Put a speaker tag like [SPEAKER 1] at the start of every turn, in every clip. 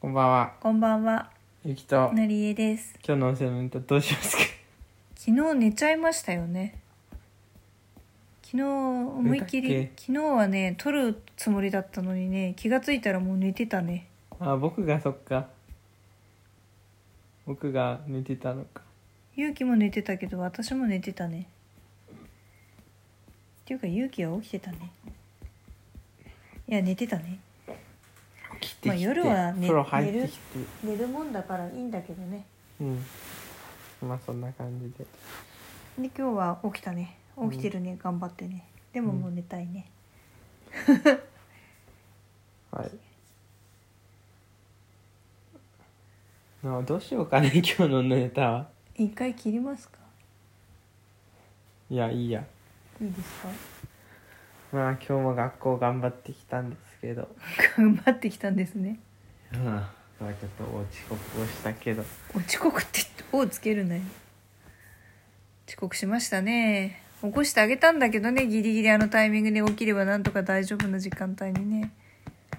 [SPEAKER 1] こんばんは。
[SPEAKER 2] こんばんは、
[SPEAKER 1] ゆきと、
[SPEAKER 2] なりえです。
[SPEAKER 1] 今日の温泉のネタどうしますか
[SPEAKER 2] 昨日寝ちゃいましたよね。昨日思いっき
[SPEAKER 1] 寝
[SPEAKER 2] り
[SPEAKER 1] たっ
[SPEAKER 2] 昨日はね撮るつもりだったのにね気がついたらもう寝てたね。
[SPEAKER 1] あ、僕がそっか。僕が寝てたのか。
[SPEAKER 2] ゆうきも寝てたけど私も寝てたね。っていうかゆうきは起きてたね。いや寝てたね。
[SPEAKER 1] 起きてきて、
[SPEAKER 2] まあ夜はね
[SPEAKER 1] 風呂入ってきて。
[SPEAKER 2] 寝るもんだからいいんだけどね。
[SPEAKER 1] うん。まあそんな感じで。
[SPEAKER 2] で今日は起きたね起きてるね、頑張ってねでももう寝たいね、
[SPEAKER 1] はい。なあどうしようかね、 今日のネタは。
[SPEAKER 2] 一回切りますか
[SPEAKER 1] いや、いいや。
[SPEAKER 2] いいですか
[SPEAKER 1] まあ今日も学校頑張ってきたんですけど。
[SPEAKER 2] 頑張ってきたんですね
[SPEAKER 1] うん。まあちょっとお遅刻をしたけど。
[SPEAKER 2] お遅刻って「を」つけるなよ遅刻しましたね起こしてあげたんだけどねギリギリあのタイミングで起きればなんとか大丈夫な時間帯にね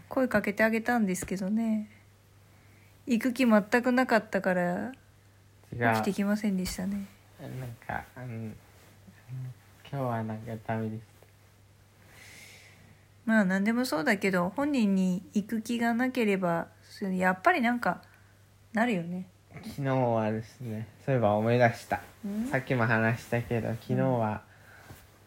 [SPEAKER 2] 声かけてあげたんですけどね行く気全くなかったから
[SPEAKER 1] 違う。
[SPEAKER 2] 起きてきませんでしたね
[SPEAKER 1] なんか、うん、今日はなんかダメでし
[SPEAKER 2] まあ何でもそうだけど本人に行く気がなければそれやっぱりなんかなるよね。
[SPEAKER 1] た昨日はですねそういえば思い出した
[SPEAKER 2] ん
[SPEAKER 1] さっきも話したけど昨日は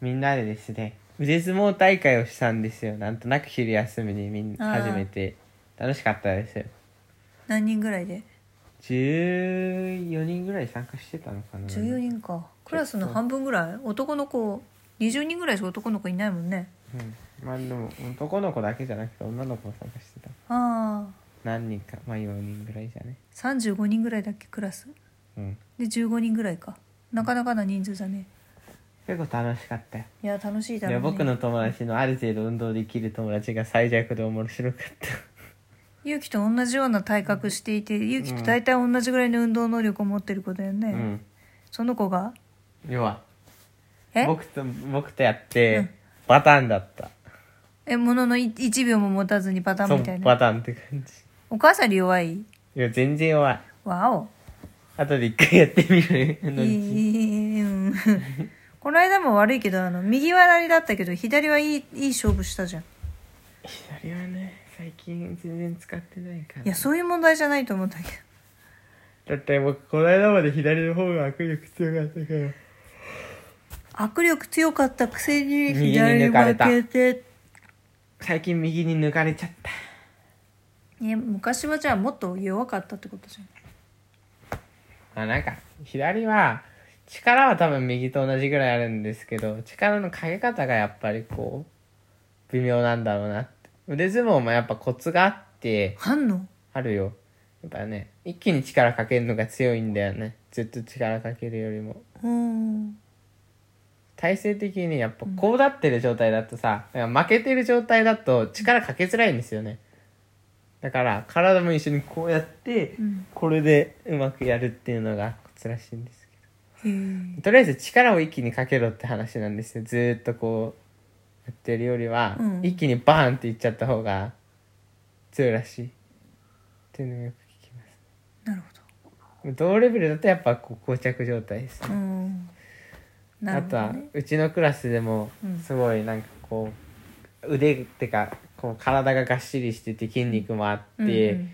[SPEAKER 1] みんなでですね腕相撲大会をしたんですよなんとなく昼休みにみん
[SPEAKER 2] あー
[SPEAKER 1] 初めて楽しかったですよ
[SPEAKER 2] 何人ぐらいで
[SPEAKER 1] 14人ぐらい参加してたのかな
[SPEAKER 2] 14人かクラスの半分ぐらい男の子20人ぐらいしか男の子いないもんね
[SPEAKER 1] うん、まあでも男の子だけじゃなくて女の子も参加してた
[SPEAKER 2] ああ
[SPEAKER 1] 何人かまあ4人ぐらいじゃね
[SPEAKER 2] 35人ぐらいだっけクラス
[SPEAKER 1] うん
[SPEAKER 2] で15人ぐらいかなかなかな人数だね
[SPEAKER 1] 結構楽しかったよ
[SPEAKER 2] いや楽しいだ
[SPEAKER 1] い
[SPEAKER 2] ろ
[SPEAKER 1] や
[SPEAKER 2] う、ね、
[SPEAKER 1] 僕の友達のある程度運動できる友達が最弱で面白かっ
[SPEAKER 2] ゆうきと同じような体格していてゆうきと大体同じぐらいの運動能力を持ってる子だよね、
[SPEAKER 1] た、うん、
[SPEAKER 2] その子が
[SPEAKER 1] 要は
[SPEAKER 2] え
[SPEAKER 1] 僕と僕とやって、
[SPEAKER 2] うん
[SPEAKER 1] バタンだった
[SPEAKER 2] えものの1秒も持たずにパターンみたい
[SPEAKER 1] そう
[SPEAKER 2] な
[SPEAKER 1] バタンって感じ
[SPEAKER 2] お母さんより弱い
[SPEAKER 1] いや全然弱い
[SPEAKER 2] わお
[SPEAKER 1] 後で一回やってみるあ
[SPEAKER 2] い
[SPEAKER 1] のうち
[SPEAKER 2] いうんこの間も悪いけどあの右は左だったけど左はいいいい勝負したじゃん
[SPEAKER 1] 左はね最近全然使ってないから
[SPEAKER 2] いやそういう問題じゃないと思ったけど
[SPEAKER 1] だって僕この間まで左の方が握力強かったから
[SPEAKER 2] 握力強かったくせに
[SPEAKER 1] 右に抜かれた
[SPEAKER 2] 左負けて
[SPEAKER 1] 最近右に抜かれちゃった
[SPEAKER 2] ね昔はじゃあもっと弱かったってことじゃん
[SPEAKER 1] あなんか左は力は多分右と同じぐらいあるんですけど力のかけ方がやっぱりこう微妙なんだろうなって腕相撲もやっぱコツがあって
[SPEAKER 2] 反応
[SPEAKER 1] あるよやっぱね一気に力かけるのが強いんだよねずっと力かけるよりも
[SPEAKER 2] うん
[SPEAKER 1] 体勢的にやっぱこうなってる状態だとさ、いや負けてる状態だと力かけづらいんですよねだから体も一緒にこうやって、
[SPEAKER 2] うん
[SPEAKER 1] これでうまくやるっていうのがコツらしいんですけど
[SPEAKER 2] へえ
[SPEAKER 1] とりあえず力を一気にかけろって話なんですよずーっとこうやってるよりは、
[SPEAKER 2] うん
[SPEAKER 1] 一気にバーンっていっちゃった方が強いらしいっていうのをよく聞きま
[SPEAKER 2] なるほ
[SPEAKER 1] す同レベルだとやっぱこう膠着状態です、
[SPEAKER 2] どうんな
[SPEAKER 1] あ
[SPEAKER 2] るほ
[SPEAKER 1] と
[SPEAKER 2] ど
[SPEAKER 1] は
[SPEAKER 2] ね
[SPEAKER 1] うちのクラスでも
[SPEAKER 2] うん
[SPEAKER 1] すごいなんかこう腕ってかこう体ががっしりしてて筋肉もあって、
[SPEAKER 2] うんうん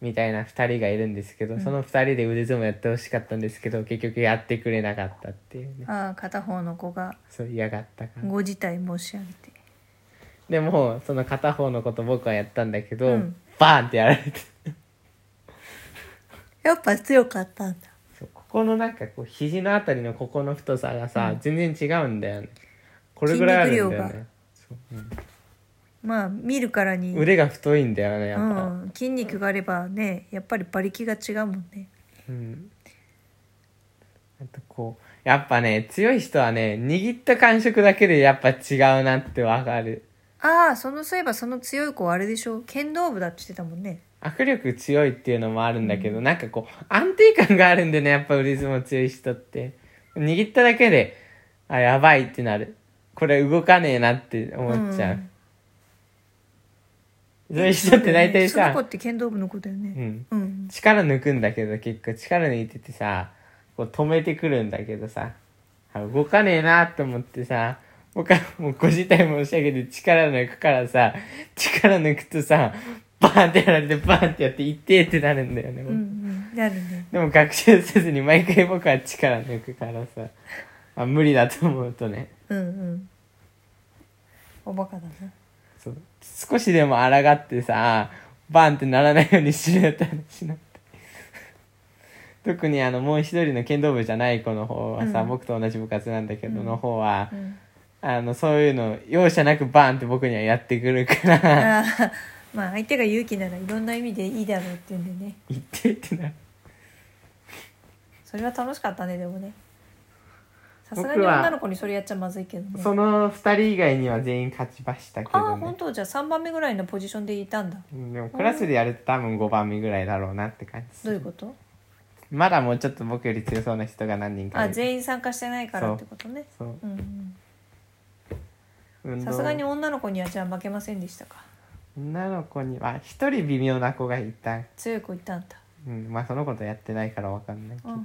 [SPEAKER 1] みたいな2人がいるんですけど、
[SPEAKER 2] ん
[SPEAKER 1] その2人で腕相撲やってほしかったんですけど結局やってくれなかったっていうね
[SPEAKER 2] ああ片方の子が
[SPEAKER 1] そう嫌がったから
[SPEAKER 2] ご辞退申し上げて
[SPEAKER 1] でもその片方のこと僕はやったんだけど、
[SPEAKER 2] うん
[SPEAKER 1] バーンってやられて
[SPEAKER 2] やっぱ強かったんだ
[SPEAKER 1] そうここのなんかこう肘のあたりのここの太さがさ、全然違うんだよねこれぐらいあるんだよ
[SPEAKER 2] 筋肉量
[SPEAKER 1] ねそう
[SPEAKER 2] まあ見るからに
[SPEAKER 1] うん腕が太いんだよねやっぱ、
[SPEAKER 2] うん、筋肉があればねやっぱり馬力が違うもんね
[SPEAKER 1] うんあとこうやっぱね強い人はね握った感触だけでやっぱ違うなってわかる
[SPEAKER 2] ああそのそういえばその強い子はあれでしょ剣道部だって言ってたもんね
[SPEAKER 1] 握力強いっていうのもあるんだけど、なんかこう安定感があるんでねやっぱ腕相撲強い人って握っただけであやばいってなるこれ動かねえなって思っちゃう、
[SPEAKER 2] うん
[SPEAKER 1] そういう人って大体
[SPEAKER 2] その
[SPEAKER 1] さ
[SPEAKER 2] 子、って剣道部の子だよ
[SPEAKER 1] う
[SPEAKER 2] ね。
[SPEAKER 1] ん、
[SPEAKER 2] うん。
[SPEAKER 1] 力抜くんだけど結構力抜いててさこう止めてくるんだけどさあ動かねえなと思ってさ僕はもうご自体申し上げて力抜くからさ力抜くとさバーンってやられてバーンってやって痛えってなるんだよね、
[SPEAKER 2] うんうん。なるね。
[SPEAKER 1] でも学習せずに毎回僕は力抜くからさあ無理だと思うとね
[SPEAKER 2] うんうん。おバカだな。
[SPEAKER 1] そう少しでも抗ってさバンってならないようにしろよって話になって特にあのもう一人の剣道部じゃない子の方はさ、
[SPEAKER 2] うん
[SPEAKER 1] 僕と同じ部活なんだけど
[SPEAKER 2] うん
[SPEAKER 1] の方は
[SPEAKER 2] う、ん。
[SPEAKER 1] あのそういうの容赦なくバンって僕にはやってくる から
[SPEAKER 2] ああ、まあ相手が勇気ならいろんな意味でいいだろうっていうんでね。
[SPEAKER 1] 言ってってなる
[SPEAKER 2] それは楽しかったね、でもね。さすがに
[SPEAKER 1] 僕は
[SPEAKER 2] 女の子にそれやっちゃまずいけどね。
[SPEAKER 1] その二人以外には全員勝ちましたけ
[SPEAKER 2] ああ
[SPEAKER 1] ど
[SPEAKER 2] 本
[SPEAKER 1] ね
[SPEAKER 2] 当じゃあ3番目ぐらいのポジションでいたんだ
[SPEAKER 1] うんでもクラスでやると多分5番目ぐらいだろうなって感じ
[SPEAKER 2] どういうこと
[SPEAKER 1] まだもうちょっと僕より強そうな人が何人かい
[SPEAKER 2] あ
[SPEAKER 1] る
[SPEAKER 2] 全員参加してないからってことね
[SPEAKER 1] そう
[SPEAKER 2] うん
[SPEAKER 1] 運
[SPEAKER 2] うん
[SPEAKER 1] 動
[SPEAKER 2] さすがに女の子にはじゃあ負けませんでしたか
[SPEAKER 1] 女の子には一人微妙な子がいた
[SPEAKER 2] 強い子いたんだ
[SPEAKER 1] うん、まあそのことやってないからわかんないけ
[SPEAKER 2] う
[SPEAKER 1] ど、
[SPEAKER 2] ん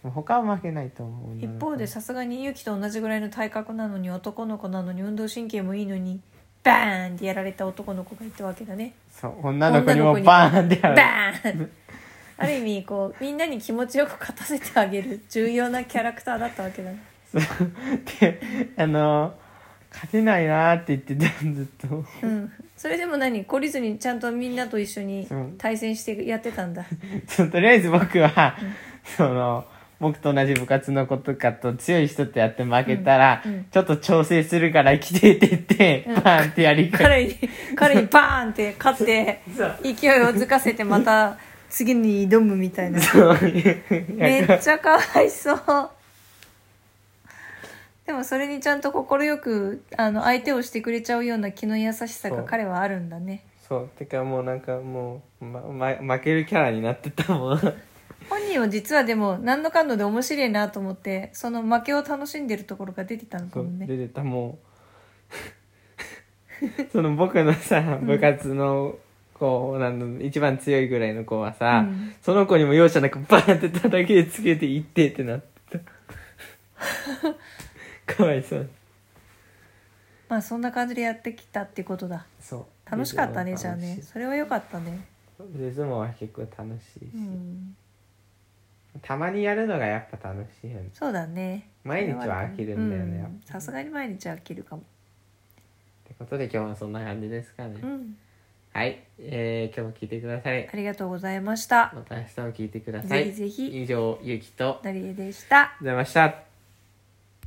[SPEAKER 1] 他は負けないと思う
[SPEAKER 2] うん
[SPEAKER 1] な
[SPEAKER 2] 一方でさすがにゆきと同じぐらいの体格なのに男の子なのに運動神経もいいのにバーンってやられた男の子がいたわけだね
[SPEAKER 1] そう女の子にも
[SPEAKER 2] 女の子に
[SPEAKER 1] バーンってやる
[SPEAKER 2] バーンある意味こうみんなに気持ちよく勝たせてあげる重要なキャラクターだったわけだね
[SPEAKER 1] そうで あの勝てないなーって言ってたずっと
[SPEAKER 2] うんそれでも何懲りずにちゃんとみんなと一緒に対戦してやってたんだ
[SPEAKER 1] そうとりあえず僕は、その僕と同じ部活の子とかと強い人とやって負けたら、
[SPEAKER 2] うんうん
[SPEAKER 1] ちょっと調整するから来てって言って、
[SPEAKER 2] うん
[SPEAKER 1] バーンってやり返
[SPEAKER 2] 彼に彼にバーンって勝って
[SPEAKER 1] そう
[SPEAKER 2] 勢いをつかせてまた次に挑むみたいな
[SPEAKER 1] そう
[SPEAKER 2] めっちゃかわいそうでもそれにちゃんと快くあの相手をしてくれちゃうような気の優しさ
[SPEAKER 1] そ
[SPEAKER 2] が
[SPEAKER 1] う
[SPEAKER 2] 彼はあるんだね
[SPEAKER 1] そうてかもうなんかもう、まま、負けるキャラになってたもん
[SPEAKER 2] 本人は実はでも何のかんので面白いなと思ってその負けを楽しんでるところが出てたのか
[SPEAKER 1] そう
[SPEAKER 2] もね
[SPEAKER 1] 出てたもう その僕のさ部活の子なんの一番強いぐらいの子はさ、
[SPEAKER 2] うん
[SPEAKER 1] その子にも容赦なくバーンって叩きつけていってってなって たかわいそう
[SPEAKER 2] まあそんな感じでやってきたってことだ
[SPEAKER 1] そう
[SPEAKER 2] 楽しかったね
[SPEAKER 1] レズ
[SPEAKER 2] じゃあ
[SPEAKER 1] も
[SPEAKER 2] ね
[SPEAKER 1] 楽し
[SPEAKER 2] それは良かったね
[SPEAKER 1] いレズもは結構楽しいし、
[SPEAKER 2] うん
[SPEAKER 1] たまにやるのがやっぱ楽しいよね
[SPEAKER 2] そうだね
[SPEAKER 1] 毎日は飽きるんだよね
[SPEAKER 2] う
[SPEAKER 1] やっぱ
[SPEAKER 2] さすがに毎日は飽きるかも
[SPEAKER 1] ってことで今日はそんな感じですかね、
[SPEAKER 2] うん
[SPEAKER 1] はい、えー、今日も聞いてください
[SPEAKER 2] ありがとうございました
[SPEAKER 1] また明日も聞いてください
[SPEAKER 2] ぜひぜひ
[SPEAKER 1] 以上ゆきと
[SPEAKER 2] なりえでした
[SPEAKER 1] ございました。